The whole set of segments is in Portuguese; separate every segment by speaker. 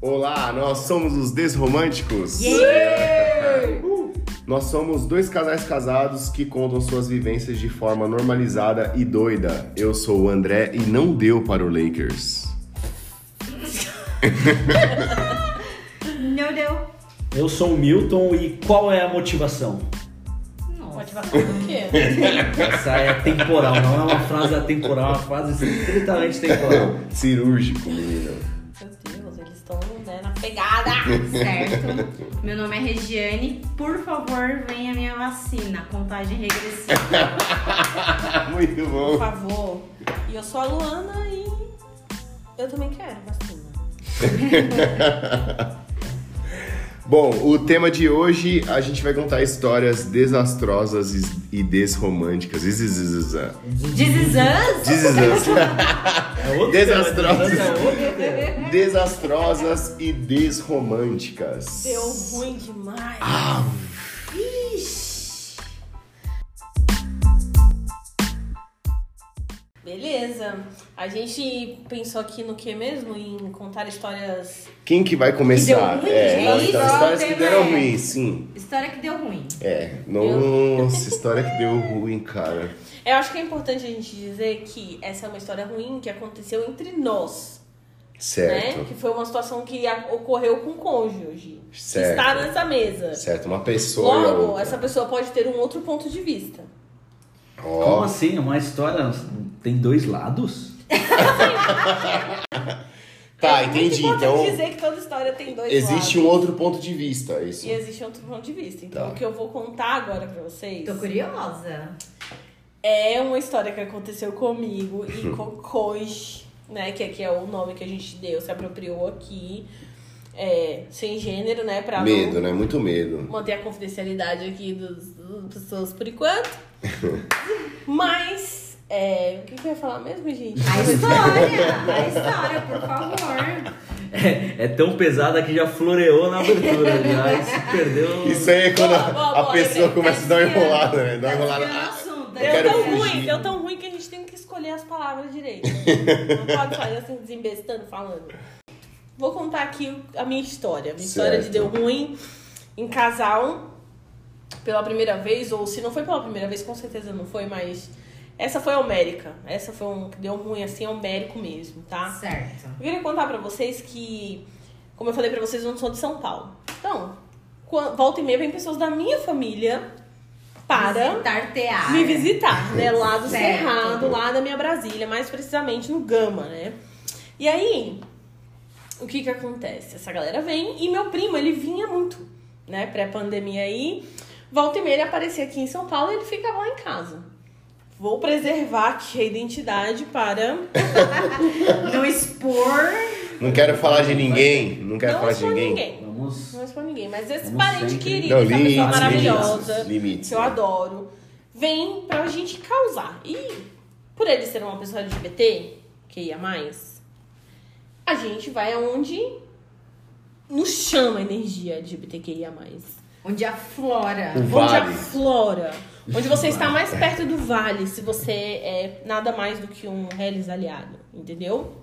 Speaker 1: Olá, nós somos os Desromânticos. Nós somos dois casais casados que contam suas vivências de forma normalizada e doida. Eu sou o André e não deu para o Lakers.
Speaker 2: Não deu.
Speaker 3: Eu sou o Milton e qual é a motivação?
Speaker 4: Motivação do quê?
Speaker 3: Essa é temporal, não é uma frase atemporal, é uma frase estritamente temporal.
Speaker 1: Cirúrgico, menino.
Speaker 4: Meu Deus, eles estão né, na pegada.
Speaker 2: Certo. Meu nome é Regiane. Por favor, venha minha vacina. Contagem regressiva.
Speaker 1: Muito
Speaker 4: Por
Speaker 1: bom.
Speaker 4: favor. E eu sou a Luana e eu também quero vacina.
Speaker 1: Bom, o tema de hoje a gente vai contar histórias desastrosas e desromânticas. Zizizizizã.
Speaker 2: Dizizãs?
Speaker 1: Zizizã.
Speaker 3: É outro
Speaker 1: Desastroso.
Speaker 3: tema, é outro tema.
Speaker 1: Desastrosas e desromânticas.
Speaker 4: Deu ruim demais. Beleza. A gente pensou aqui no que mesmo? Em contar histórias.
Speaker 1: Quem que vai começar?
Speaker 2: Que deu ruim,
Speaker 1: é,
Speaker 2: gente.
Speaker 1: as,
Speaker 2: Isso,
Speaker 1: as histórias
Speaker 2: o
Speaker 1: que
Speaker 2: tema
Speaker 1: deram
Speaker 2: é.
Speaker 4: né?
Speaker 1: ruim, sim.
Speaker 2: História que deu ruim.
Speaker 1: É, nossa, história que deu ruim, cara.
Speaker 4: Eu acho que é importante a gente dizer que essa é uma história ruim que aconteceu entre nós.
Speaker 1: Certo,
Speaker 4: né? Que foi uma situação que a- ocorreu com o cônjuge.
Speaker 1: Certo.
Speaker 4: Que está nessa mesa.
Speaker 1: certo, uma pessoa e a
Speaker 4: Né? Logo,
Speaker 1: outra.
Speaker 4: essa pessoa pode ter um outro ponto de vista.
Speaker 1: Ó,
Speaker 3: Como assim? Uma história tem dois lados?
Speaker 1: tá,
Speaker 4: é muito
Speaker 1: entendi.
Speaker 4: importante
Speaker 1: Então,
Speaker 4: dizer que toda história tem dois
Speaker 1: existe um
Speaker 4: lados.
Speaker 1: outro ponto de vista, é isso.
Speaker 4: E existe outro ponto de vista. Então,
Speaker 1: Tá.
Speaker 4: o que eu vou contar agora pra vocês
Speaker 2: Tô curiosa.
Speaker 4: é uma história que aconteceu comigo e
Speaker 1: Hum.
Speaker 4: com o Koji, né? Que aqui é o nome que a gente deu, se apropriou aqui. É, sem gênero, né? Pra não-
Speaker 1: Medo, né? Muito medo.
Speaker 4: manter a confidencialidade aqui dos, das pessoas por enquanto. Mas, é, o que, que eu ia falar mesmo, gente?
Speaker 2: A história. A história, por favor.
Speaker 3: É, é tão pesada que já floreou na abertura, já e se perdeu.
Speaker 1: Isso aí é quando a,
Speaker 4: Boa, boa,
Speaker 1: a
Speaker 4: boa,
Speaker 1: pessoa
Speaker 4: lembrei.
Speaker 1: começa a dar uma enrolada, né? Dá uma enrolada.
Speaker 2: Tá Desviando o
Speaker 1: Ah,
Speaker 2: assunto.
Speaker 1: Eu
Speaker 4: Deu
Speaker 1: quero
Speaker 4: tão
Speaker 1: fugir.
Speaker 4: ruim, deu tão ruim que a gente tem que escolher as palavras direito. Não pode sair assim desembestando, falando. Vou contar aqui a minha história. Minha história de
Speaker 1: Certo.
Speaker 4: deu ruim em casal pela primeira vez, ou se não foi pela primeira vez, com certeza não foi, mas essa foi homérica. Essa foi um que deu ruim assim, homérico mesmo, tá?
Speaker 2: Certo.
Speaker 4: Eu queria contar pra vocês que, como eu falei pra vocês, eu não sou de São Paulo. Então, quan- volta e meia vem pessoas da minha família para
Speaker 2: Visitar tear.
Speaker 4: me visitar, né? Lá do
Speaker 2: Certo.
Speaker 4: Cerrado, lá da minha Brasília, mais precisamente no Gama, né? E aí, o que que acontece? Essa galera vem e meu primo, ele vinha muito, né? Pré-pandemia aí. Volta e meia ele aparecia aqui em São Paulo e ele ficava lá em casa. Vou preservar aqui a identidade para
Speaker 2: Não expor.
Speaker 1: Não quero falar de ninguém. Não quero
Speaker 4: não
Speaker 1: falar de
Speaker 4: expor
Speaker 1: ninguém.
Speaker 4: ninguém.
Speaker 3: Vamos.
Speaker 4: Não é pra ninguém, mas esse
Speaker 3: Como
Speaker 4: parente
Speaker 3: sempre.
Speaker 4: querido,
Speaker 1: Não,
Speaker 4: essa
Speaker 1: limites,
Speaker 4: pessoa maravilhosa,
Speaker 1: limites, limites,
Speaker 4: que eu
Speaker 1: né?
Speaker 4: adoro, vem pra gente causar. E por ele ser uma pessoa LGBT, que ia mais, a gente vai aonde nos chama a energia LGBTQIA+.
Speaker 2: Onde aflora.
Speaker 1: O
Speaker 4: Onde
Speaker 1: vale.
Speaker 4: aflora. Onde você está mais perto do vale, se você é nada mais do que um reles aliado, entendeu?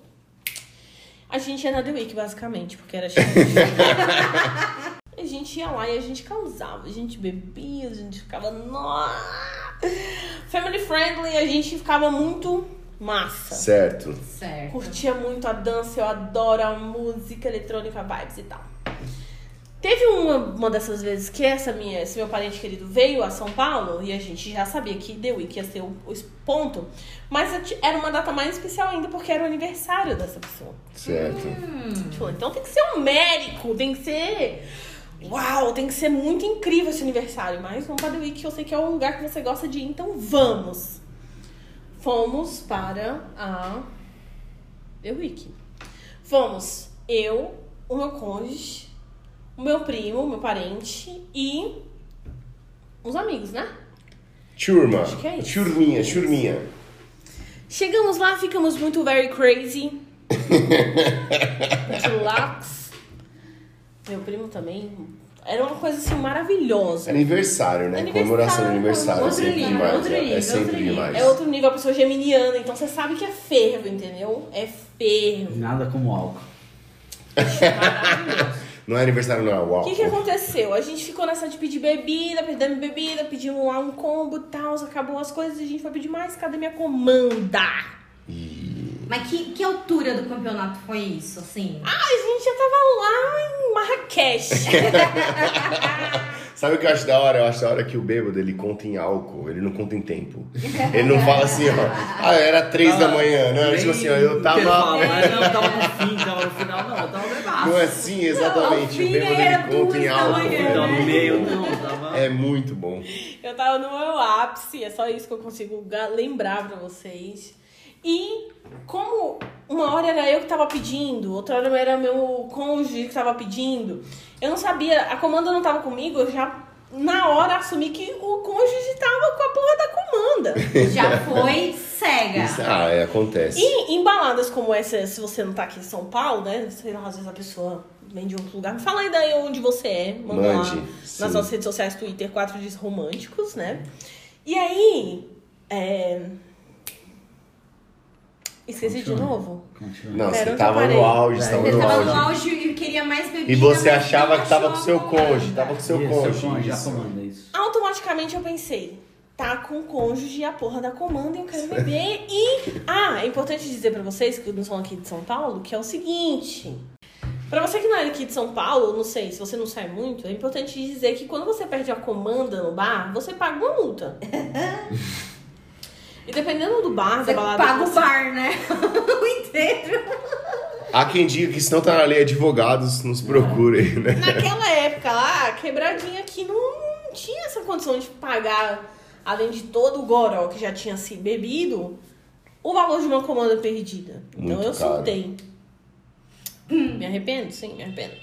Speaker 4: A gente ia na The Week, basicamente, porque era cheio de a gente ia lá e a gente causava, a gente bebia, a gente ficava. nó- Family friendly, a gente ficava muito massa.
Speaker 1: Certo.
Speaker 2: Certo.
Speaker 4: Curtia muito a dança, eu adoro a música eletrônica, vibes e tal. Teve uma, uma dessas vezes que essa minha, esse meu parente querido veio a São Paulo e a gente já sabia que The Week ia ser o, o ponto, mas eu ti- era uma data mais especial ainda porque era o aniversário dessa pessoa.
Speaker 1: Certo.
Speaker 4: Tipo, então tem que ser homérico, tem que ser. Uau, tem que ser muito incrível esse aniversário. Mas vamos para The Week, que eu sei que é um lugar que você gosta de ir, então vamos. Fomos para a The Week. Fomos eu, o meu cônjuge, o meu primo, o meu parente e uns amigos, né?
Speaker 1: Turma.
Speaker 4: Acho que é isso.
Speaker 1: Turminha, turminha.
Speaker 4: Chegamos lá, ficamos muito very crazy. muito lax. Meu primo também. Era uma coisa assim maravilhosa.
Speaker 1: É Aniversário, né?
Speaker 4: Aniversário,
Speaker 1: Comemoração de aniversário.
Speaker 2: outro
Speaker 1: é sempre
Speaker 2: nível,
Speaker 1: demais.
Speaker 2: outro
Speaker 1: é- é
Speaker 2: nível,
Speaker 1: sempre
Speaker 2: outro nível.
Speaker 1: demais.
Speaker 4: É outro nível, a pessoa geminiana, então você sabe que é fervo, entendeu? É fervo.
Speaker 3: Nada como álcool.
Speaker 4: Maravilhoso.
Speaker 1: Não é aniversário, não é
Speaker 4: O
Speaker 1: uau.
Speaker 4: que, que aconteceu? A gente ficou nessa de pedir bebida, perdemos bebida, pedimos lá um combo e tal, acabou as coisas e a gente foi pedir mais. Cadê minha comanda?
Speaker 2: Mas que, que altura do campeonato foi isso, assim?
Speaker 4: Ah, a gente já tava lá em Marrakech.
Speaker 1: Sabe o que eu acho da hora? Eu acho da hora que o bêbado ele conta em álcool, ele não conta em tempo. Ele não fala assim, ó, ah, era três da manhã, não, tipo assim, ó, eu tava.
Speaker 3: Mas é, não, eu tava no fim, tava no final, não, eu tava bebaço.
Speaker 1: Não é assim, exatamente.
Speaker 2: Não,
Speaker 1: o
Speaker 2: ao
Speaker 1: bêbado
Speaker 2: fim era
Speaker 1: ele conta
Speaker 2: duas
Speaker 1: em
Speaker 2: da
Speaker 1: álcool.
Speaker 2: manhã,
Speaker 1: é
Speaker 3: Tava Então, no
Speaker 1: muito
Speaker 3: meio,
Speaker 1: bom.
Speaker 3: não, tava.
Speaker 1: É muito bom.
Speaker 4: eu tava no meu ápice, é só isso que eu consigo ga- lembrar pra vocês. E como uma hora era eu que tava pedindo, outra hora era meu cônjuge que tava pedindo, eu não sabia, a comanda não tava comigo, eu já na hora assumi que o cônjuge tava com a porra da comanda.
Speaker 2: Já foi cega.
Speaker 1: Isso- ah, é, acontece.
Speaker 4: E em baladas como essa, se você não tá aqui em São Paulo, né? Sei lá, às vezes a pessoa vem de outro lugar. Fala aí daí onde você é. Manda
Speaker 1: Mande,
Speaker 4: lá
Speaker 1: sim.
Speaker 4: nas nossas redes sociais, Twitter, 4 dias românticos, né? E aí. É... Esqueci de
Speaker 3: Continua.
Speaker 4: novo?
Speaker 1: Não,
Speaker 4: Pera,
Speaker 1: você
Speaker 4: onde
Speaker 1: tava
Speaker 4: eu parei?
Speaker 1: no auge, você tava
Speaker 2: Você
Speaker 1: no
Speaker 2: tava no
Speaker 1: auge.
Speaker 2: auge e queria mais bebida.
Speaker 1: E você
Speaker 2: mas
Speaker 1: achava
Speaker 2: não
Speaker 1: que tava
Speaker 2: achou
Speaker 1: com
Speaker 2: a
Speaker 1: seu
Speaker 2: comanda.
Speaker 1: cônjuge, tava com seu
Speaker 3: Isso,
Speaker 1: cônjuge.
Speaker 3: já
Speaker 1: isso.
Speaker 3: comanda isso.
Speaker 4: Automaticamente eu pensei. Tá com o cônjuge a porra da comanda e eu quero beber. E. Ah, é importante dizer pra vocês que não são aqui de São Paulo, que é o seguinte. Pra você que não é aqui de São Paulo, não sei, se você não sai muito, é importante dizer que quando você perde a comanda no bar, você paga uma multa. e dependendo do bar,
Speaker 2: Você
Speaker 4: da balada.
Speaker 2: paga
Speaker 4: que
Speaker 2: o
Speaker 4: você-
Speaker 2: bar, né? o inteiro.
Speaker 1: Há quem diga que se não tá na lei advogados, nos procurem, né?
Speaker 4: Naquela época lá, quebradinha aqui não, não tinha essa condição de pagar, além de todo o goró que já tinha se bebido, o valor de uma comanda perdida. Então
Speaker 1: Muito
Speaker 4: eu
Speaker 1: caro.
Speaker 4: surtei. Hum, Me arrependo? Sim, me arrependo.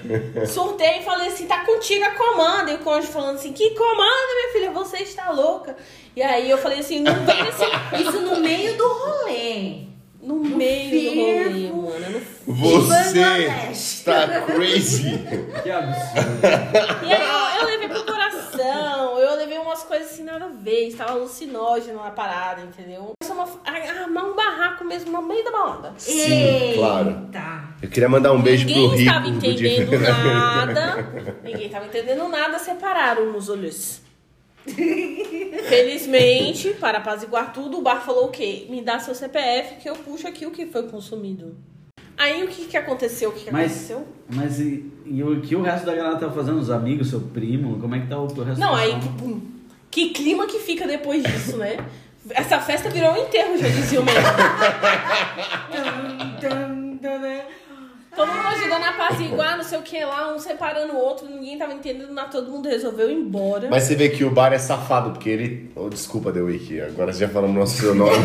Speaker 4: Surtei e falei assim: tá contigo a comanda. E o cônjuge falando assim: que comanda, minha filha? Você está louca. E aí eu falei assim: não vem assim.
Speaker 2: Isso no meio do rolê.
Speaker 4: No meio do rolê,
Speaker 2: fervo.
Speaker 4: mano. No
Speaker 1: Você
Speaker 2: Bangladesh.
Speaker 1: está crazy.
Speaker 3: Que absurdo.
Speaker 4: E aí eu, eu levei pro coração, eu levei umas coisas assim nada a ver, estava alucinógeno na parada, entendeu? Só uma, ah, armar um barraco mesmo no meio da balada.
Speaker 1: Sim,
Speaker 2: Eita.
Speaker 1: claro. Eu queria mandar um beijo
Speaker 4: ninguém
Speaker 1: pro Rico.
Speaker 4: estava
Speaker 1: do
Speaker 4: entendendo
Speaker 1: Di-
Speaker 4: nada, ninguém estava entendendo nada, separaram os olhos. Felizmente, para apaziguar tudo, o bar falou o quê? Me dá seu CPF que eu puxo aqui o que foi consumido. Aí o que, que aconteceu? O que, que
Speaker 3: Mas-
Speaker 4: aconteceu?
Speaker 3: Mas e, e o que o resto da galera tá fazendo? Os amigos, seu primo? Como é que tá o, o resto
Speaker 4: Não,
Speaker 3: do
Speaker 4: aí
Speaker 3: pessoal?
Speaker 4: pum, que clima que fica depois disso, né? Essa festa virou um enterro, já dizia o médico.
Speaker 2: Dun, dun, dun, dun.
Speaker 4: Todo mundo ajudando a apaziguar, não sei o que lá, um separando o outro, ninguém tava entendendo nada, todo mundo resolveu ir embora.
Speaker 1: Mas você vê que o bar é safado, porque ele. Oh, desculpa, The Wiki, agora já falamos nosso seu nome.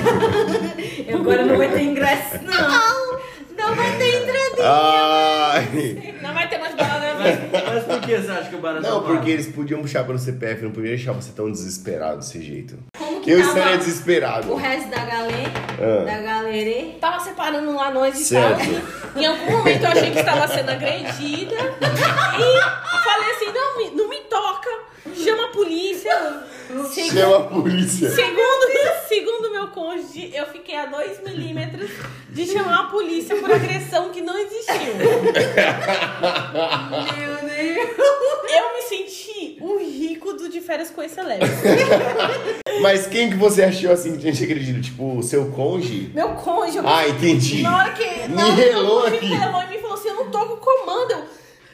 Speaker 2: Eu Agora não vai ter ingresso, não. Não vai ter ingresso.
Speaker 1: Ai!
Speaker 4: Não vai ter mais balada, né?
Speaker 3: Mas, mas por que você acha que o bar é
Speaker 1: Não,
Speaker 3: safado?
Speaker 1: porque eles podiam puxar pelo CPF, não podiam deixar você tão desesperado desse jeito.
Speaker 2: Como que
Speaker 1: Eu
Speaker 2: tava
Speaker 1: estaria desesperado.
Speaker 2: o resto da galera?
Speaker 1: Ah.
Speaker 2: Da galera?
Speaker 4: Tava separando lá nós e tal.
Speaker 1: Certo.
Speaker 4: e Em algum momento eu achei que estava sendo agredida. E falei assim: não me, não me toca, chama a polícia. Chega-
Speaker 1: Chama a é polícia.
Speaker 4: Segundo, segundo meu cônjuge, eu fiquei a 2 milímetros de chamar a polícia por agressão que não existiu.
Speaker 2: Meu Deus.
Speaker 4: Eu me senti um rico do de férias com excelência.
Speaker 1: Mas quem que você achou assim que tinha te agredido? Tipo, o seu conge?
Speaker 4: Meu cônjuge.
Speaker 1: Ah, entendi.
Speaker 4: Na hora que.
Speaker 1: Me
Speaker 4: na hora que meu
Speaker 1: relou
Speaker 4: cônjuge
Speaker 1: aqui.
Speaker 4: Me relou e me falou assim: eu não tô com comando. Eu,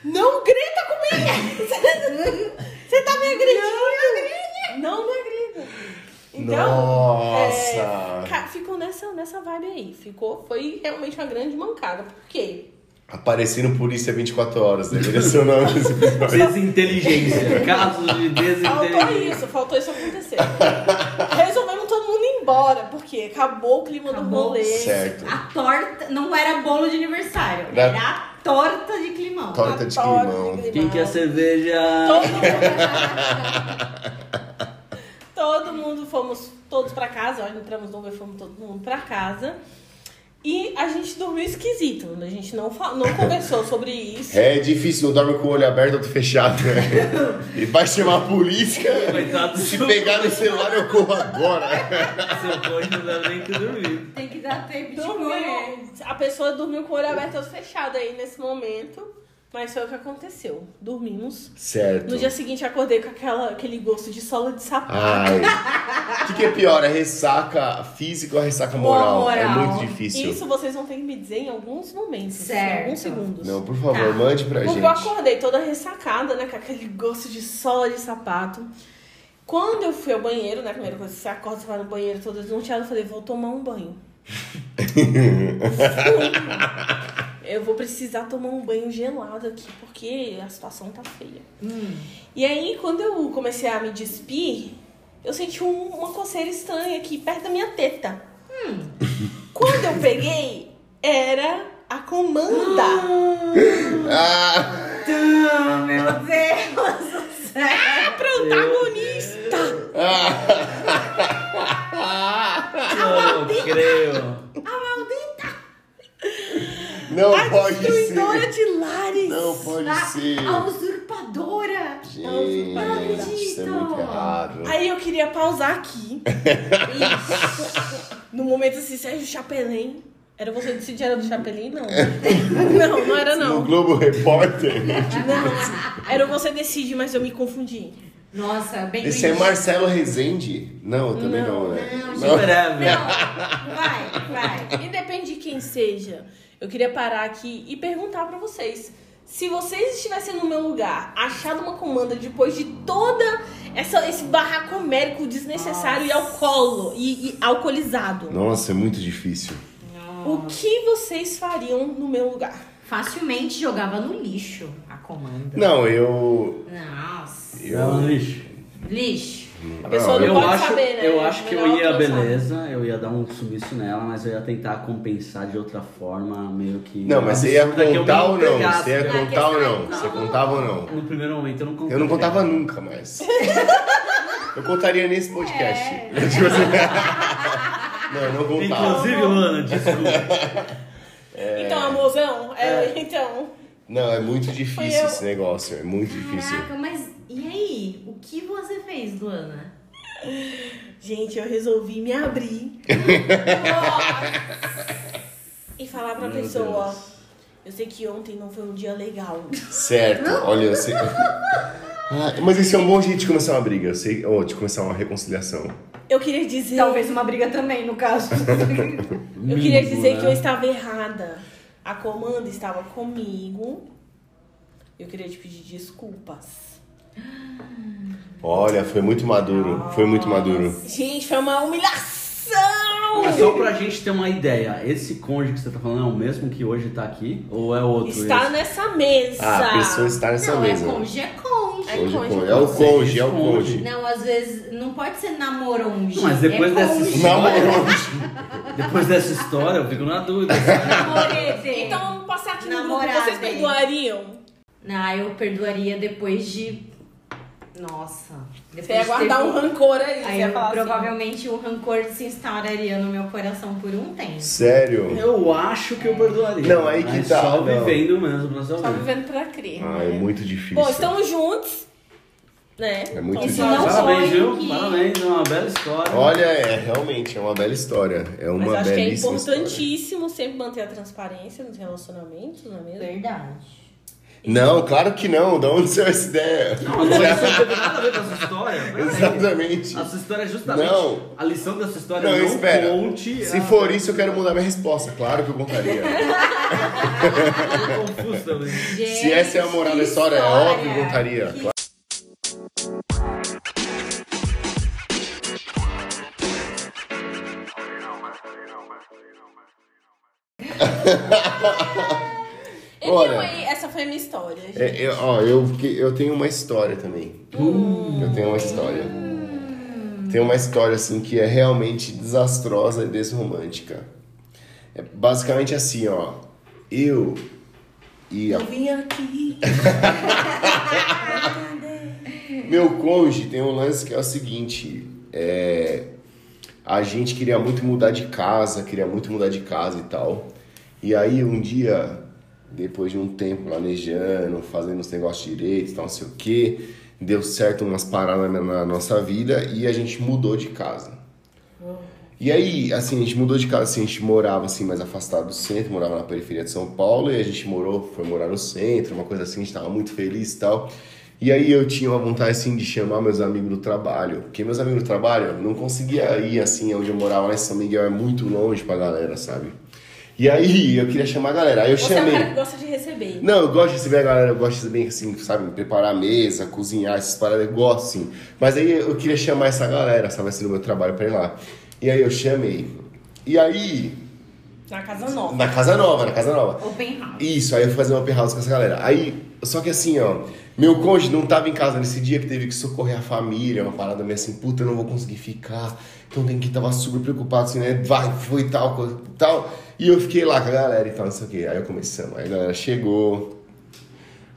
Speaker 4: não grita comigo! Você tá me agredindo? Não me agrida. Então.
Speaker 1: Nossa!
Speaker 4: é, ca- ficou nessa, nessa vibe aí. Ficou, foi realmente uma grande mancada. Por quê?
Speaker 1: Aparecendo polícia 24 horas, deveria ser o nome desse episódio.
Speaker 3: Desinteligência. Casos de
Speaker 4: Faltou
Speaker 3: desinteligência.
Speaker 4: isso, faltou isso acontecer. Resolvemos todo mundo ir embora, porque acabou o clima
Speaker 2: Acabou.
Speaker 4: do rolê.
Speaker 1: Certo.
Speaker 2: A torta não era bolo de aniversário,
Speaker 1: Da-
Speaker 2: era a torta de climão.
Speaker 1: Torta. de
Speaker 4: Adoro
Speaker 1: climão.
Speaker 4: climão.
Speaker 3: Quem quer cerveja?
Speaker 4: Todo mundo- Todo mundo fomos todos pra casa, olha, entramos no Uber, fomos todo mundo pra casa. E a gente dormiu esquisito. A gente não, fa- não conversou sobre isso.
Speaker 1: É difícil, um dorme com o olho aberto, outro fechado. né? E vai chamar a polícia.
Speaker 3: Coitado,
Speaker 1: Se
Speaker 3: seu-
Speaker 1: pegar no celular, eu corro agora.
Speaker 3: Seu coach não dá nem que dormir.
Speaker 2: Tem que dar tempo de
Speaker 4: Dormiu.
Speaker 2: correr.
Speaker 4: A pessoa dormiu com o olho aberto e outro fechado aí nesse momento. Mas foi o que aconteceu. Dormimos.
Speaker 1: Certo.
Speaker 4: No dia seguinte eu acordei com aquela, aquele gosto de sola de sapato.
Speaker 1: Ai. O que, que é pior? É ressaca física ou a ressaca moral?
Speaker 2: Moral.
Speaker 1: É muito difícil.
Speaker 4: Isso vocês vão ter que me dizer em alguns momentos, assim,
Speaker 2: Certo.
Speaker 4: em alguns segundos.
Speaker 1: Não, por favor,
Speaker 2: Tá.
Speaker 1: mande pra
Speaker 4: Porque eu
Speaker 1: gente.
Speaker 4: acordei toda ressacada, né? Com aquele gosto de sola de sapato. Quando eu fui ao banheiro, né? a Primeira coisa, você acorda, você vai no banheiro toda desnorteada. Eu falei, vou tomar um banho. Fui. eu vou precisar tomar um banho gelado aqui, porque a situação tá feia.
Speaker 2: Hum.
Speaker 4: E aí, quando eu comecei a me despir, eu senti um- uma coceira estranha aqui perto da minha teta. Quando eu peguei, era a comanda.
Speaker 1: Ah,
Speaker 2: Ah, meu Deus do céu.
Speaker 4: protagonista! Ah,
Speaker 3: Não creio.
Speaker 1: não
Speaker 4: A
Speaker 1: Tá pode ser.
Speaker 4: destruidora de lares!
Speaker 1: Não pode ser.
Speaker 2: Tá A, a usurpadora.
Speaker 1: Gente, isso é muito errado.
Speaker 4: Aí eu queria pausar aqui. no momento assim, Sérgio Chapelin. Era você decidir, era do Chapelin? Não. não, não era
Speaker 1: No
Speaker 4: não.
Speaker 1: Globo Repórter.
Speaker 4: Não, era o você decide, mas eu me confundi.
Speaker 2: Nossa, bem
Speaker 1: Esse é
Speaker 2: bonitinho.
Speaker 1: Marcelo Rezende? Não, eu também não,
Speaker 4: é,
Speaker 1: né?
Speaker 2: Não, gente.
Speaker 3: Superável.
Speaker 2: Não, vai, vai.
Speaker 4: Independe de quem seja, eu queria parar aqui e perguntar pra vocês. Se vocês estivessem no meu lugar, achado uma comanda depois de toda essa, esse barraco homérico desnecessário e alcoolo e, e alcoolizado,
Speaker 1: Nossa, é muito difícil.
Speaker 4: o que vocês fariam no meu lugar?
Speaker 2: Facilmente jogava no lixo a comanda.
Speaker 1: Não, eu.
Speaker 2: Nossa.
Speaker 3: Não, lixo.
Speaker 2: Lixo.
Speaker 4: A pessoa
Speaker 1: Não,
Speaker 4: não
Speaker 3: Eu
Speaker 4: pode
Speaker 3: acho,
Speaker 4: saber, né?
Speaker 3: eu acho que eu
Speaker 4: Melhor
Speaker 3: ia,
Speaker 4: ela não sabe.
Speaker 3: beleza, eu ia dar um sumiço nela, mas eu ia tentar compensar de outra forma, meio que.
Speaker 1: Não, mas você ia
Speaker 3: absurda é que eu me
Speaker 1: contar ou não?
Speaker 3: entregasse.
Speaker 1: Você ia
Speaker 2: né?
Speaker 1: contar ou não?
Speaker 2: Não.
Speaker 1: Você contava ou não?
Speaker 3: No primeiro momento eu não contava.
Speaker 1: Eu não contava nunca mais. Eu contaria nesse podcast.
Speaker 4: É.
Speaker 1: Tipo assim. Não, eu não contava.
Speaker 3: Inclusive, Luana, desculpa.
Speaker 4: Então, amorzão, é, então.
Speaker 1: Não, é muito
Speaker 4: Foi
Speaker 1: difícil
Speaker 4: eu.
Speaker 1: esse negócio. É muito difícil.
Speaker 2: Caraca, mas e aí? O que você fez, Luana?
Speaker 4: Gente, eu resolvi me abrir e falar pra
Speaker 3: Meu
Speaker 4: pessoa.
Speaker 3: Deus.
Speaker 4: Eu sei que ontem não foi um dia legal.
Speaker 1: Certo, olha, eu sei. Ah, mas esse é um bom jeito de começar uma briga, eu sei, ou de começar uma reconciliação.
Speaker 4: Eu queria dizer.
Speaker 2: uma briga também, no caso.
Speaker 4: Eu queria
Speaker 3: Mínimo,
Speaker 4: dizer
Speaker 3: né?
Speaker 4: que eu estava errada. A comanda estava comigo. Eu queria te pedir desculpas.
Speaker 1: Olha, foi muito maduro, foi muito maduro.
Speaker 4: Gente, foi uma humilhação!
Speaker 3: Mas só pra gente ter uma ideia, esse cônjuge que você tá falando é o mesmo que hoje tá aqui? Ou é outro?
Speaker 4: Está
Speaker 3: esse?
Speaker 4: nessa mesa.
Speaker 1: Ah, a pessoa está nessa
Speaker 2: Não, é
Speaker 1: mesa.
Speaker 2: conge, é conge.
Speaker 4: É
Speaker 1: Hoje
Speaker 4: conge.
Speaker 1: conge. É o
Speaker 3: Você
Speaker 1: conge, é o
Speaker 3: responde.
Speaker 1: conge.
Speaker 2: Não, às vezes não pode ser namoronge.
Speaker 3: Mas depois
Speaker 2: é
Speaker 3: dessa
Speaker 2: conge.
Speaker 1: Namorou.
Speaker 3: Depois dessa história, eu fico na dúvida.
Speaker 2: Namorete.
Speaker 4: Então vamos passar aqui no grupo.
Speaker 2: Namorada,
Speaker 4: Vocês
Speaker 2: hein?
Speaker 4: perdoariam?
Speaker 2: Ah, eu perdoaria depois de. Nossa. Depois
Speaker 4: Você ia
Speaker 2: de
Speaker 4: guardar
Speaker 2: ter-
Speaker 4: um rancor aí. você
Speaker 2: Aí
Speaker 4: ia falar assim,
Speaker 2: provavelmente o rancor se instauraria no meu coração por um tempo.
Speaker 1: Sério?
Speaker 3: Eu acho que eu perdoaria.
Speaker 1: Não, aí que
Speaker 3: mas
Speaker 1: tá,
Speaker 3: Só
Speaker 1: não.
Speaker 3: vivendo mesmo pra
Speaker 4: assim, Só
Speaker 3: saber.
Speaker 4: vivendo pra crer. Né?
Speaker 1: Ah, é muito difícil.
Speaker 4: Bom, estamos juntos. Né?
Speaker 1: É muito
Speaker 4: Então,
Speaker 1: difícil.
Speaker 4: só-
Speaker 2: Não
Speaker 3: Parabéns,
Speaker 2: sonho
Speaker 3: viu?
Speaker 2: que-
Speaker 3: Parabéns, é uma bela história.
Speaker 1: Olha, é realmente é uma bela história. É uma
Speaker 4: Mas acho que é
Speaker 1: belíssima história.
Speaker 4: importantíssimo sempre manter a transparência nos relacionamentos, não é mesmo?
Speaker 2: Verdade.
Speaker 1: Não, claro que não. Da onde saiu essa ideia?
Speaker 3: Não, mas isso não tem nada a ver com essa história. Peraí.
Speaker 1: Exatamente.
Speaker 3: A sua história é justamente.
Speaker 1: Não.
Speaker 3: A lição dessa história
Speaker 1: Não,
Speaker 3: é não
Speaker 1: espera.
Speaker 3: conte.
Speaker 1: Se
Speaker 3: a-
Speaker 1: for isso, eu quero mudar minha resposta. Claro que eu contaria.
Speaker 3: Tô confuso também.
Speaker 1: Se essa é a moral da história, é óbvio que eu contaria. Claro. Olha.
Speaker 4: Anyway, essa foi a minha história, gente.
Speaker 1: É, eu, ó, eu, fiquei- eu tenho uma história também.
Speaker 4: Hum.
Speaker 1: Eu tenho uma história. Tem uma história assim que é realmente desastrosa e desromântica. É basicamente assim, ó. Eu e a
Speaker 4: Eu vim aqui.
Speaker 1: Meu cônjuge tem um lance que é o seguinte: é, A gente queria muito mudar de casa, queria muito mudar de casa e tal. E aí um dia, depois de um tempo planejando, fazendo os negócios direitos, tal, não sei o quê, deu certo umas paradas na, na nossa vida e a gente mudou de casa. E aí, assim, a gente mudou de casa, assim, a gente morava assim mais afastado do centro, morava na periferia de São Paulo e a gente morou, foi morar no centro, uma coisa assim, a gente tava muito feliz e tal. E aí eu tinha uma vontade assim de chamar meus amigos do trabalho, porque meus amigos do trabalho eu não conseguia ir assim onde eu morava lá em São Miguel, é muito longe pra galera, sabe? E aí eu queria chamar a galera, aí eu
Speaker 4: Você é um
Speaker 1: chamei.
Speaker 4: cara que gosta de receber.
Speaker 1: Não, eu gosto de receber a galera, eu gosto de receber, assim, sabe, preparar a mesa, cozinhar, essas paradas, eu gosto, sim. Mas aí eu queria chamar essa galera, sabe, assim, do meu trabalho pra ir lá. E aí eu chamei. E aí,
Speaker 4: Na casa nova.
Speaker 1: na Casa Nova, na Casa Nova.
Speaker 2: Open house.
Speaker 1: Isso, aí eu fui fazer uma open house com essa galera. Aí, só que assim, ó, meu cônjuge não tava em casa nesse dia que teve que socorrer a família, uma parada meio assim, puta, eu não vou conseguir ficar. Então tem que tava super preocupado, assim, né? Vai, foi tal, coisa, tal. E eu fiquei lá com a galera e tal, não sei o quê. Aí eu começamos, aí a galera chegou,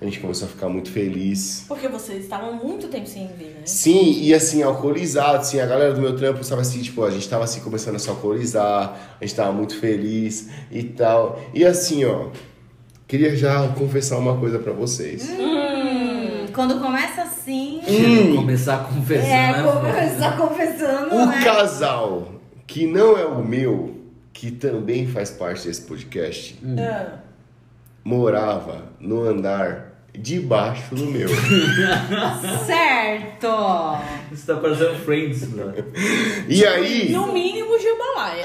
Speaker 1: a gente começou a ficar muito feliz.
Speaker 4: Porque vocês estavam muito tempo sem ver, né?
Speaker 1: Sim, e assim, alcoolizado, assim, a galera do meu trampo estava assim, tipo, a gente tava assim, começando a se alcoolizar, a gente tava muito feliz e tal. E assim, ó, queria já confessar uma coisa pra vocês.
Speaker 2: Hum, Quando começa
Speaker 1: Hum.
Speaker 2: assim,
Speaker 3: Começar a confessar,
Speaker 2: é,
Speaker 3: né?
Speaker 2: começa confessando, né?
Speaker 1: O casal que não é o meu, que também faz parte desse podcast,
Speaker 4: Ah.
Speaker 1: morava no andar debaixo do meu.
Speaker 2: Certo.
Speaker 3: Isso tá parecendo Friends, velho.
Speaker 1: E aí.
Speaker 4: No mínimo, Gilbalaia.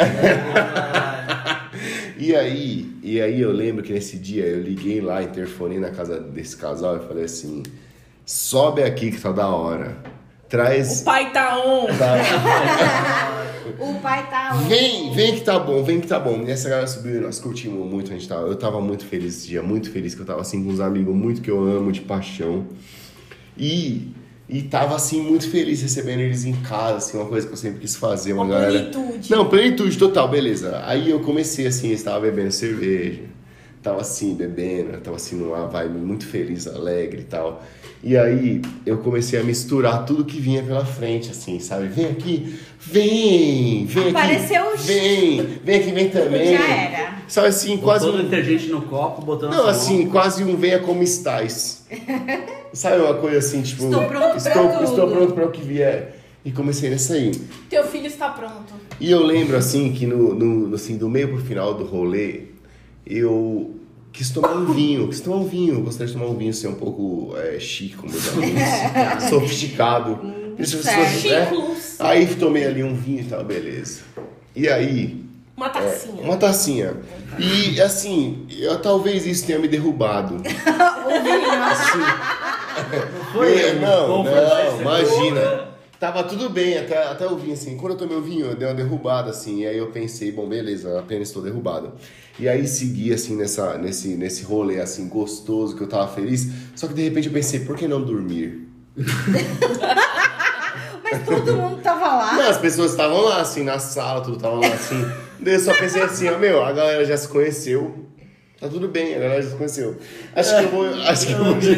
Speaker 1: E aí, e aí eu lembro que nesse dia eu liguei lá, interfonei na casa desse casal e falei assim: sobe aqui que tá da hora.
Speaker 4: o
Speaker 1: Traz.
Speaker 4: pai tá on.
Speaker 1: tá-
Speaker 2: O pai tá
Speaker 1: Vem, vem que tá bom, vem que tá bom. E essa galera subiu, nós curtimos muito, a gente tava. Eu tava muito feliz esse dia, muito feliz que eu tava assim com uns amigos muito que eu amo, de paixão. E. E tava assim, muito feliz recebendo eles em casa, assim, uma coisa que eu sempre quis fazer, uma,
Speaker 4: Uma
Speaker 1: galera.
Speaker 4: plenitude.
Speaker 1: Não, plenitude total, beleza. Aí eu comecei assim, eu estava bebendo cerveja, tava assim, bebendo, tava assim numa vibe muito feliz, alegre e tal. E aí eu comecei a misturar tudo que vinha pela frente, assim, sabe? Vem aqui, vem, vem
Speaker 2: Apareceu o
Speaker 1: aqui. Vem, vem aqui, vem também.
Speaker 2: Já era.
Speaker 1: Sabe assim, quase
Speaker 3: Quase
Speaker 1: um
Speaker 3: Botando detergente no copo, botando
Speaker 1: não,
Speaker 3: sabão.
Speaker 1: assim, quase um venha como estás. Sabe uma coisa assim, tipo.
Speaker 2: Estou pronto pra
Speaker 1: estou,
Speaker 4: tudo.
Speaker 1: estou pronto para o que vier. E comecei nessa aí.
Speaker 4: Teu filho está pronto.
Speaker 1: E eu lembro, assim, que no, no- assim, do meio pro final do rolê, eu quis tomar um vinho. Quis tomar um vinho. Eu Gostaria de tomar um vinho, assim, um pouco é, chique, como meus amigos. sofisticado. Isso, isso,
Speaker 2: Hum, certo.
Speaker 1: né?
Speaker 4: Chicos.
Speaker 1: Aí tomei ali um vinho e tal, beleza. E aí,
Speaker 4: Uma tacinha.
Speaker 1: É. uma tacinha. E assim, eu, talvez isso tenha me derrubado. Assim,
Speaker 3: Foi, né?
Speaker 1: eu- é, não,
Speaker 3: então foi, foi,
Speaker 1: não,
Speaker 3: foi,
Speaker 1: imagina. Tava tudo bem, até, até eu vim assim. Quando eu tomei o vinho, eu dei uma derrubada, assim. E aí eu pensei, bom, beleza, apenas estou derrubado. E aí segui, assim, nessa, nesse, nesse rolê, assim, gostoso, que eu tava feliz. Só que de repente eu pensei, por que não dormir?
Speaker 2: Mas todo mundo tava lá.
Speaker 1: Não, as pessoas estavam lá, assim, na sala, tudo tava lá, assim. Daí eu só pensei assim, ó, meu, a galera já se conheceu. Tá tudo bem, a galera já se conheceu. Acho que eu vou, acho que eu vou
Speaker 2: Acho que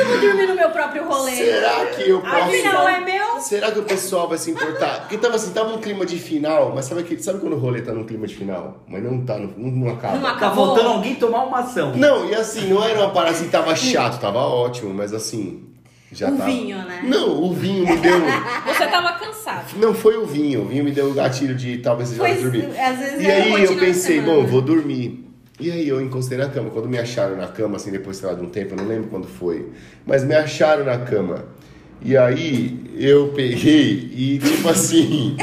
Speaker 2: eu vou dormir no meu próprio rolê.
Speaker 1: Será que eu posso.
Speaker 2: Afinal, é meu?
Speaker 1: Será que o pessoal vai se importar? Porque tava assim, tava um clima de final, mas sabe, aquele, sabe quando o rolê tá num clima de final? Mas não tá, não, não acaba.
Speaker 2: Não
Speaker 3: Tá
Speaker 2: acabou.
Speaker 3: faltando alguém tomar uma ação.
Speaker 1: Não, e assim, não era uma parada assim, tava chato, tava ótimo, mas assim. Já
Speaker 2: O
Speaker 1: tava.
Speaker 2: vinho, né?
Speaker 1: Não, o vinho me deu.
Speaker 4: Você tava cansado.
Speaker 1: Não foi o vinho, o vinho me deu o gatilho de talvez seja hora de
Speaker 2: Pois,
Speaker 1: dormir.
Speaker 2: às vezes
Speaker 1: E
Speaker 2: é
Speaker 1: aí eu
Speaker 2: continuar
Speaker 1: pensei,
Speaker 2: a
Speaker 1: bom,
Speaker 2: semana.
Speaker 1: vou dormir. E aí eu encostei na cama. Quando me acharam na cama, assim, depois, sei lá, de um tempo, eu não lembro quando foi. Mas me acharam na cama. E aí eu peguei e, tipo assim.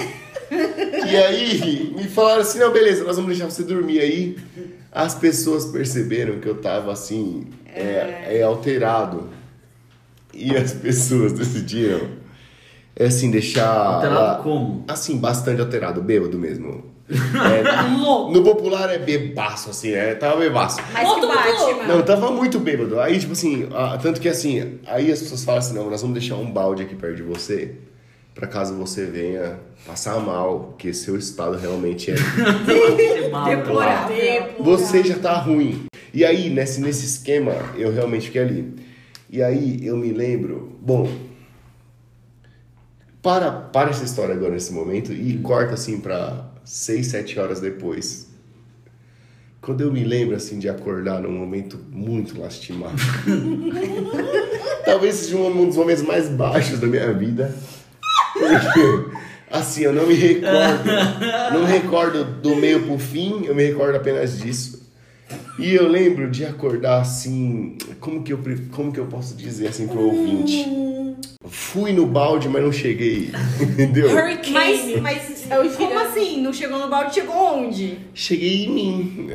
Speaker 1: e aí me falaram assim: não, beleza, nós vamos deixar você dormir aí. As pessoas perceberam que eu tava assim, é, é alterado. E as pessoas decidiram, assim, deixar.
Speaker 3: Alterado
Speaker 1: lá-
Speaker 3: como?
Speaker 1: Assim, bastante alterado, bêbado mesmo. É,
Speaker 4: Louco.
Speaker 1: no popular é bebaço, assim, é, tava bebaço.
Speaker 2: Mas que
Speaker 4: Outro
Speaker 2: Batman.
Speaker 4: Batman.
Speaker 1: Não, tava muito bêbado. Aí, tipo assim, ah, tanto que assim, aí as pessoas falam assim: não, nós vamos deixar um balde aqui perto de você, pra caso você venha passar mal, porque seu estado realmente é.
Speaker 3: Você é mal,
Speaker 2: Deplorável.
Speaker 1: você já tá ruim. E aí, nesse, nesse esquema, eu realmente fiquei ali. E aí, eu me lembro, bom, Para, para essa história agora nesse momento e corta assim pra 6, 7 horas depois. Quando eu me lembro assim de acordar num momento muito lastimado. Talvez seja um um dos momentos mais baixos da minha vida. Porque, assim, eu não me recordo. Não me recordo do meio pro fim, eu me recordo apenas disso. E eu lembro de acordar assim. Como que eu, pre- como que eu posso dizer assim pro ouvinte? Fui no balde, mas não cheguei. Entendeu?
Speaker 4: Hurricane.
Speaker 2: Mas, mas
Speaker 4: É o
Speaker 2: como
Speaker 4: gigante.
Speaker 2: assim? Não chegou no balde, chegou onde?
Speaker 1: Cheguei em mim.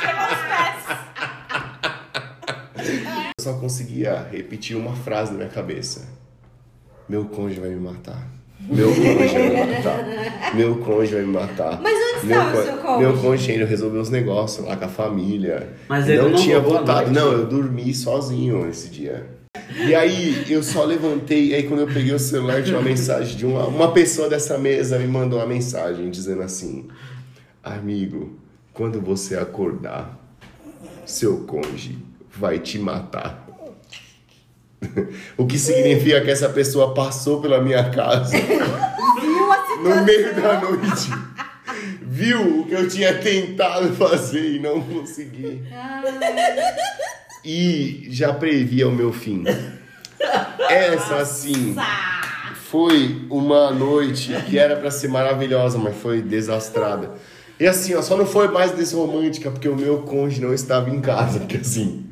Speaker 2: Chegou aos pés.
Speaker 1: Eu só conseguia repetir uma frase na minha cabeça. Meu cônjuge vai me matar. Meu cônjuge vai me matar. Meu cônjuge vai me matar.
Speaker 2: Mas onde
Speaker 1: meu
Speaker 2: estava o
Speaker 1: cô-
Speaker 2: seu cônjuge?
Speaker 1: Meu cônjuge ainda resolveu os negócios lá com a família.
Speaker 3: Mas ele
Speaker 1: não,
Speaker 3: não
Speaker 1: tinha
Speaker 3: voltou à
Speaker 1: voltado.
Speaker 3: noite.
Speaker 1: Não, eu dormi sozinho esse dia. E aí eu só levantei, aí quando eu peguei o celular tinha uma mensagem de uma, uma pessoa dessa mesa me mandou uma mensagem dizendo assim: Amigo, quando você acordar, seu cônjuge vai te matar. O que significa que essa pessoa passou pela minha casa
Speaker 2: Viu a situação?
Speaker 1: no meio da noite. Viu o que eu tinha tentado fazer e não consegui. E já previa o meu fim. Essa sim
Speaker 2: Nossa.
Speaker 1: foi uma noite que era pra ser maravilhosa, mas foi desastrada. E assim, ó, só não foi mais desromântica porque o meu cônjuge não estava em casa, porque assim.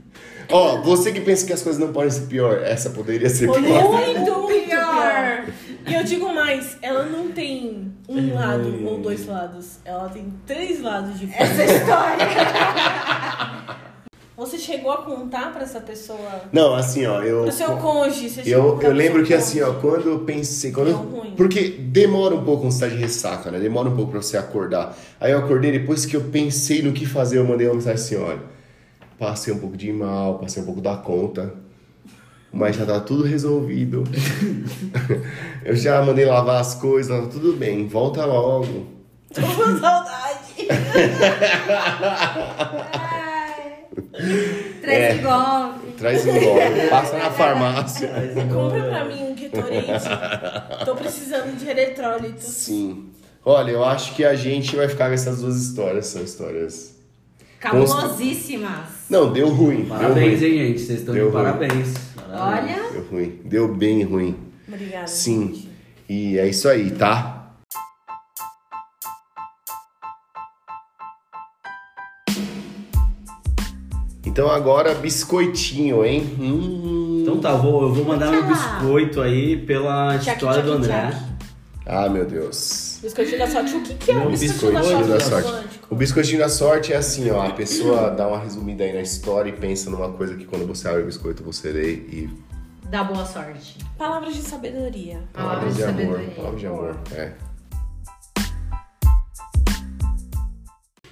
Speaker 1: Ó, você que pensa que as coisas não podem ser pior, essa poderia ser pior.
Speaker 4: Muito
Speaker 2: pior.
Speaker 4: pior. E eu digo mais, ela não tem um lado ou dois lados. Ela tem três lados de fome.
Speaker 2: Essa história.
Speaker 4: Você chegou a contar pra essa pessoa?
Speaker 1: Não, assim, ó, eu
Speaker 4: Pro seu cônjuge? Você chegou
Speaker 1: Eu,
Speaker 4: a contar
Speaker 1: eu
Speaker 4: pro
Speaker 1: lembro
Speaker 4: seu
Speaker 1: que assim, ó,
Speaker 4: cônjuge?
Speaker 1: quando eu pensei. Quando
Speaker 4: Deu
Speaker 1: eu-
Speaker 4: ruim.
Speaker 1: porque demora um pouco quando você tá de ressaca, né? Demora um pouco pra você acordar. Aí eu acordei, depois que eu pensei no que fazer, eu mandei uma mensagem assim: olha, passei um pouco de mal, passei um pouco da conta, mas já tá tudo resolvido. eu já mandei lavar as coisas, tá tudo bem, volta logo.
Speaker 4: Tô com saudade.
Speaker 2: Ai. Três
Speaker 1: É.
Speaker 2: de golpe.
Speaker 1: Traz um gole, passa na farmácia.
Speaker 2: É,
Speaker 4: Compra pra mim um Gatorade. Tô precisando de eletrólitos.
Speaker 1: Sim. Olha, eu acho que a gente vai ficar com essas duas histórias, são histórias.
Speaker 2: Cabulosíssimas.
Speaker 1: Não, deu ruim.
Speaker 3: Parabéns,
Speaker 1: deu ruim.
Speaker 3: hein, gente? Vocês estão
Speaker 1: Deu
Speaker 3: de
Speaker 1: ruim.
Speaker 3: parabéns.
Speaker 2: Olha.
Speaker 1: Deu ruim. Deu bem ruim.
Speaker 4: Obrigada.
Speaker 1: Sim. E é isso aí, tá? Então agora biscoitinho, hein? Hum.
Speaker 3: Então tá, vou, eu vou mandar meu
Speaker 2: Tchau.
Speaker 3: biscoito aí pela
Speaker 4: Tchac,
Speaker 3: história do
Speaker 4: tchac,
Speaker 3: André.
Speaker 4: tchac.
Speaker 1: Ah, meu Deus.
Speaker 4: Biscoitinho da sorte. O que, que é um
Speaker 3: Meu
Speaker 4: biscoitinho
Speaker 1: Biscoitinho da
Speaker 4: da sorte?
Speaker 1: sorte.
Speaker 4: Atlântico?
Speaker 1: O biscoitinho da sorte é assim, ó. A pessoa dá uma resumida aí na história e pensa numa coisa que quando você abre o biscoito você lê e
Speaker 2: Dá boa sorte.
Speaker 4: Palavras de sabedoria.
Speaker 1: Palavras de amor, palavras de amor. É.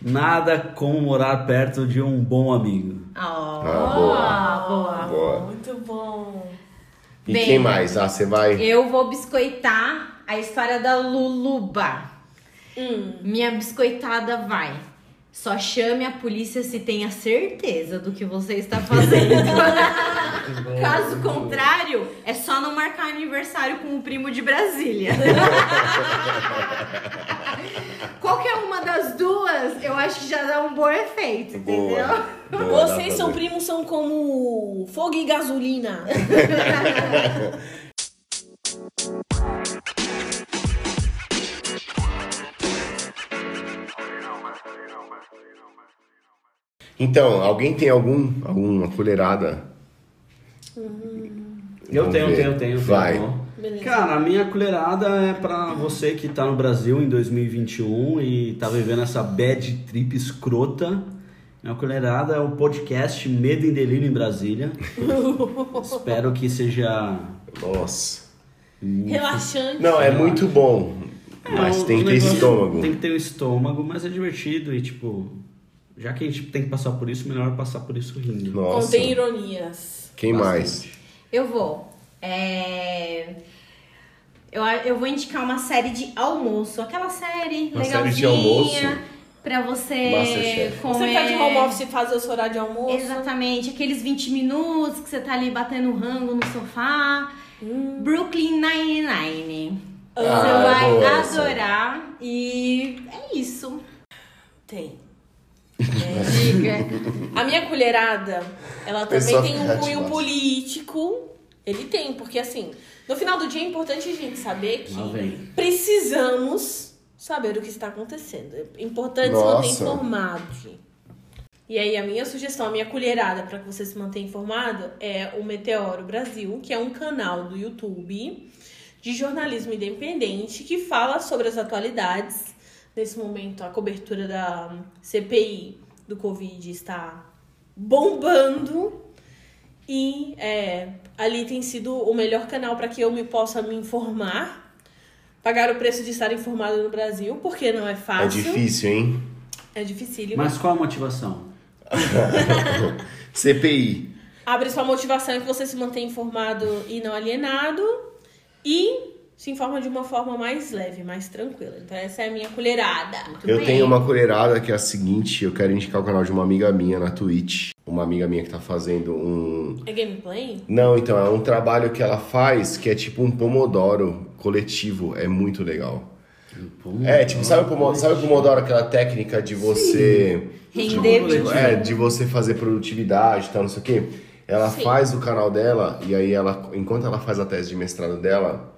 Speaker 3: Nada como morar perto de um bom amigo.
Speaker 2: Ah,
Speaker 1: Ah,
Speaker 2: boa.
Speaker 1: Boa.
Speaker 4: Muito bom.
Speaker 1: E
Speaker 2: Bem,
Speaker 1: quem mais? Ah, você vai.
Speaker 2: Eu vou biscoitar a história da Luluba. Minha biscoitada vai. Só chame a polícia se tenha certeza do que você está fazendo. Caso contrário, é só não marcar aniversário com o primo de Brasília. Qualquer uma das duas, eu acho que já dá um bom efeito, entendeu?
Speaker 1: Boa. Boa, dá pra
Speaker 4: Vocês são
Speaker 1: ver.
Speaker 4: primos, são como fogo e gasolina.
Speaker 1: Então, alguém tem algum, alguma colherada?
Speaker 3: Eu
Speaker 1: Vamos
Speaker 3: tenho,
Speaker 1: ver.
Speaker 3: tenho, tenho, tenho.
Speaker 1: Vai.
Speaker 3: Bom.
Speaker 4: Beleza.
Speaker 3: Cara, a minha colherada é pra você que tá no Brasil em 2021 e tá vivendo essa bad trip escrota. Minha colherada é o podcast Medo em Delírio em Brasília. Espero que seja.
Speaker 1: Nossa.
Speaker 4: Relaxante.
Speaker 1: Não, é muito bom. Mas
Speaker 3: É,
Speaker 1: tem
Speaker 3: o
Speaker 1: que ter
Speaker 3: negócio-
Speaker 1: estômago.
Speaker 3: Tem que ter o estômago, mas é divertido e tipo. Já que a gente tem que passar por isso, melhor passar por isso rindo.
Speaker 1: Nossa.
Speaker 4: Contém ironias.
Speaker 1: Quem mais?
Speaker 3: Bastante.
Speaker 2: Eu vou. É, Eu, a- eu vou indicar uma série de almoço. Aquela série
Speaker 1: Uma
Speaker 2: legalzinha.
Speaker 1: série de almoço?
Speaker 2: Pra você
Speaker 1: Masterchef.
Speaker 2: comer.
Speaker 4: Você tá de home office e faz o seu horário de almoço?
Speaker 2: Exatamente. Aqueles 20 minutos que você tá ali batendo rango no sofá.
Speaker 4: Hum.
Speaker 2: Brooklyn Nine-Nine. Você
Speaker 1: Ah, é
Speaker 2: vai
Speaker 1: boa essa.
Speaker 2: adorar e é isso.
Speaker 4: Tem.
Speaker 2: Diga.
Speaker 4: A minha colherada, ela também
Speaker 1: Pessoa
Speaker 4: tem um
Speaker 1: fica
Speaker 4: cunho
Speaker 1: ativada.
Speaker 4: político. Ele tem, porque assim, no final do dia é importante a gente saber
Speaker 3: Lá
Speaker 4: que
Speaker 3: vem.
Speaker 4: precisamos saber o que está acontecendo. É importante se
Speaker 1: Nossa.
Speaker 4: manter informado. E aí, a minha sugestão, a minha colherada para que você se mantenha informado é o Meteoro Brasil, que é um canal do YouTube de jornalismo independente que fala sobre as atualidades. Nesse momento, a cobertura da CPI do Covid está bombando. E é, ali tem sido o melhor canal para que eu me possa me informar. Pagar o preço de estar informado no Brasil, porque não é
Speaker 1: É
Speaker 4: fácil.
Speaker 1: difícil, hein?
Speaker 4: É dificílimo.
Speaker 3: Mas qual a motivação?
Speaker 1: CPI.
Speaker 4: Abre sua motivação e que você se mantém informado e não alienado. E se informa de uma forma mais leve, mais tranquila. Então essa é a minha colherada.
Speaker 1: eu
Speaker 2: bem.
Speaker 1: tenho uma colherada que é a seguinte, eu quero indicar o canal de uma amiga minha na Twitch. Uma amiga minha que tá fazendo um
Speaker 4: É gameplay?
Speaker 1: Não, então, é um trabalho que ela faz que é tipo um pomodoro coletivo, é muito legal. É, tipo, sabe o pomodoro, sabe o pomodoro aquela técnica de você
Speaker 2: Render
Speaker 1: de,
Speaker 3: vídeo.
Speaker 1: é, de você fazer produtividade, e tal, não sei o quê. Ela
Speaker 4: Sim.
Speaker 1: faz o canal dela e aí ela enquanto ela faz a tese de mestrado dela,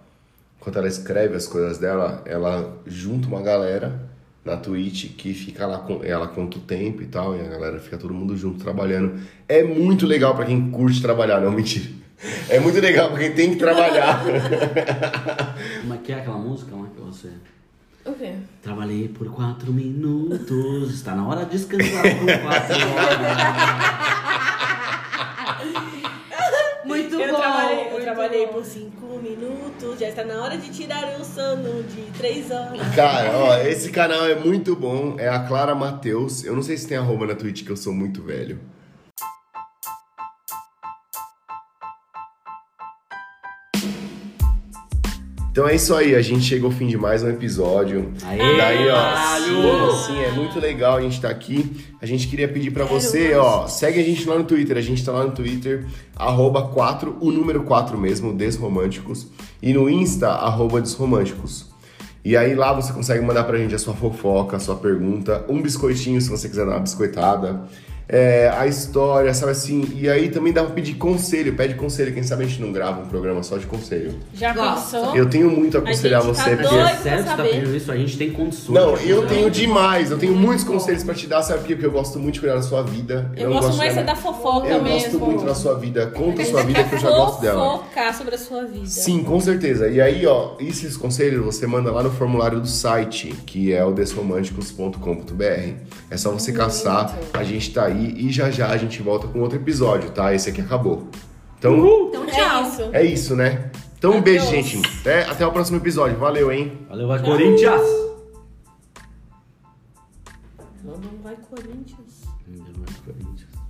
Speaker 1: enquanto ela escreve as coisas dela, ela junta uma galera na Twitch que fica lá com ela conta o tempo e tal, e a galera fica todo mundo junto trabalhando. É muito legal pra quem curte trabalhar, não mentira. É muito legal pra quem tem que trabalhar.
Speaker 3: Como é que é aquela música lá que você...
Speaker 4: O quê?
Speaker 3: Trabalhei por quatro minutos, está na hora de descansar por quatro horas.
Speaker 2: Muito
Speaker 4: Eu
Speaker 2: bom.
Speaker 4: trabalhei, eu
Speaker 2: muito
Speaker 4: trabalhei
Speaker 2: bom.
Speaker 4: por cinco minutos. Já está na hora de tirar o sono de três horas.
Speaker 1: Cara, ó, esse canal é muito bom. É a Clara Matheus. Eu não sei se tem arroba na Twitch, que eu sou muito velho. Então é isso aí, a gente chega ao fim de mais um episódio.
Speaker 3: Aê,
Speaker 1: Daí, ó,
Speaker 3: caralho!
Speaker 1: sim, sim, é muito legal a gente tá aqui. A gente queria pedir pra você, ó, segue a gente lá no Twitter. A gente tá lá no Twitter, arroba 4, o número 4 mesmo, Desromânticos. E no Insta, arroba Desromânticos. E aí lá você consegue mandar pra gente a sua fofoca, a sua pergunta, um biscoitinho se você quiser dar uma biscoitada. É, a história, sabe assim? E aí também dá pra pedir conselho, pede conselho. Quem sabe a gente não grava um programa só de conselho.
Speaker 4: Já
Speaker 2: Gosto.
Speaker 4: pensou?
Speaker 1: Eu tenho muito a aconselhar
Speaker 4: gente tá
Speaker 1: você, porque.
Speaker 4: doido.
Speaker 3: É sério que você tá pedindo isso? A gente tem condições.
Speaker 1: Não,
Speaker 3: de
Speaker 1: eu
Speaker 3: fazer.
Speaker 1: tenho demais. Eu tenho muitos conselhos pra te dar, sabe por quê? Porque eu gosto muito de cuidar da sua vida.
Speaker 4: Eu
Speaker 1: não
Speaker 4: gosto mais
Speaker 1: de-
Speaker 4: é da fofoca
Speaker 1: Eu
Speaker 4: mesmo.
Speaker 1: gosto muito da sua vida. Conta a sua vida que eu já gosto dela.
Speaker 4: Fofocar sobre a sua vida.
Speaker 1: Sim, com certeza. E aí, ó, esses conselhos você manda lá no formulário do site, que é o desromanticos.com.br. É só você caçar, a gente tá aí e já já a gente volta com outro episódio, tá? Esse aqui acabou. Então,
Speaker 2: Então,
Speaker 4: É
Speaker 2: tchau.
Speaker 4: isso.
Speaker 1: é isso, né? Então, um beijo,
Speaker 4: Adeus.
Speaker 1: gente. Até, até o próximo episódio. Valeu, hein?
Speaker 3: Valeu, vai Corinthians!
Speaker 4: Não, não vai Corinthians.
Speaker 3: Não vai Corinthians.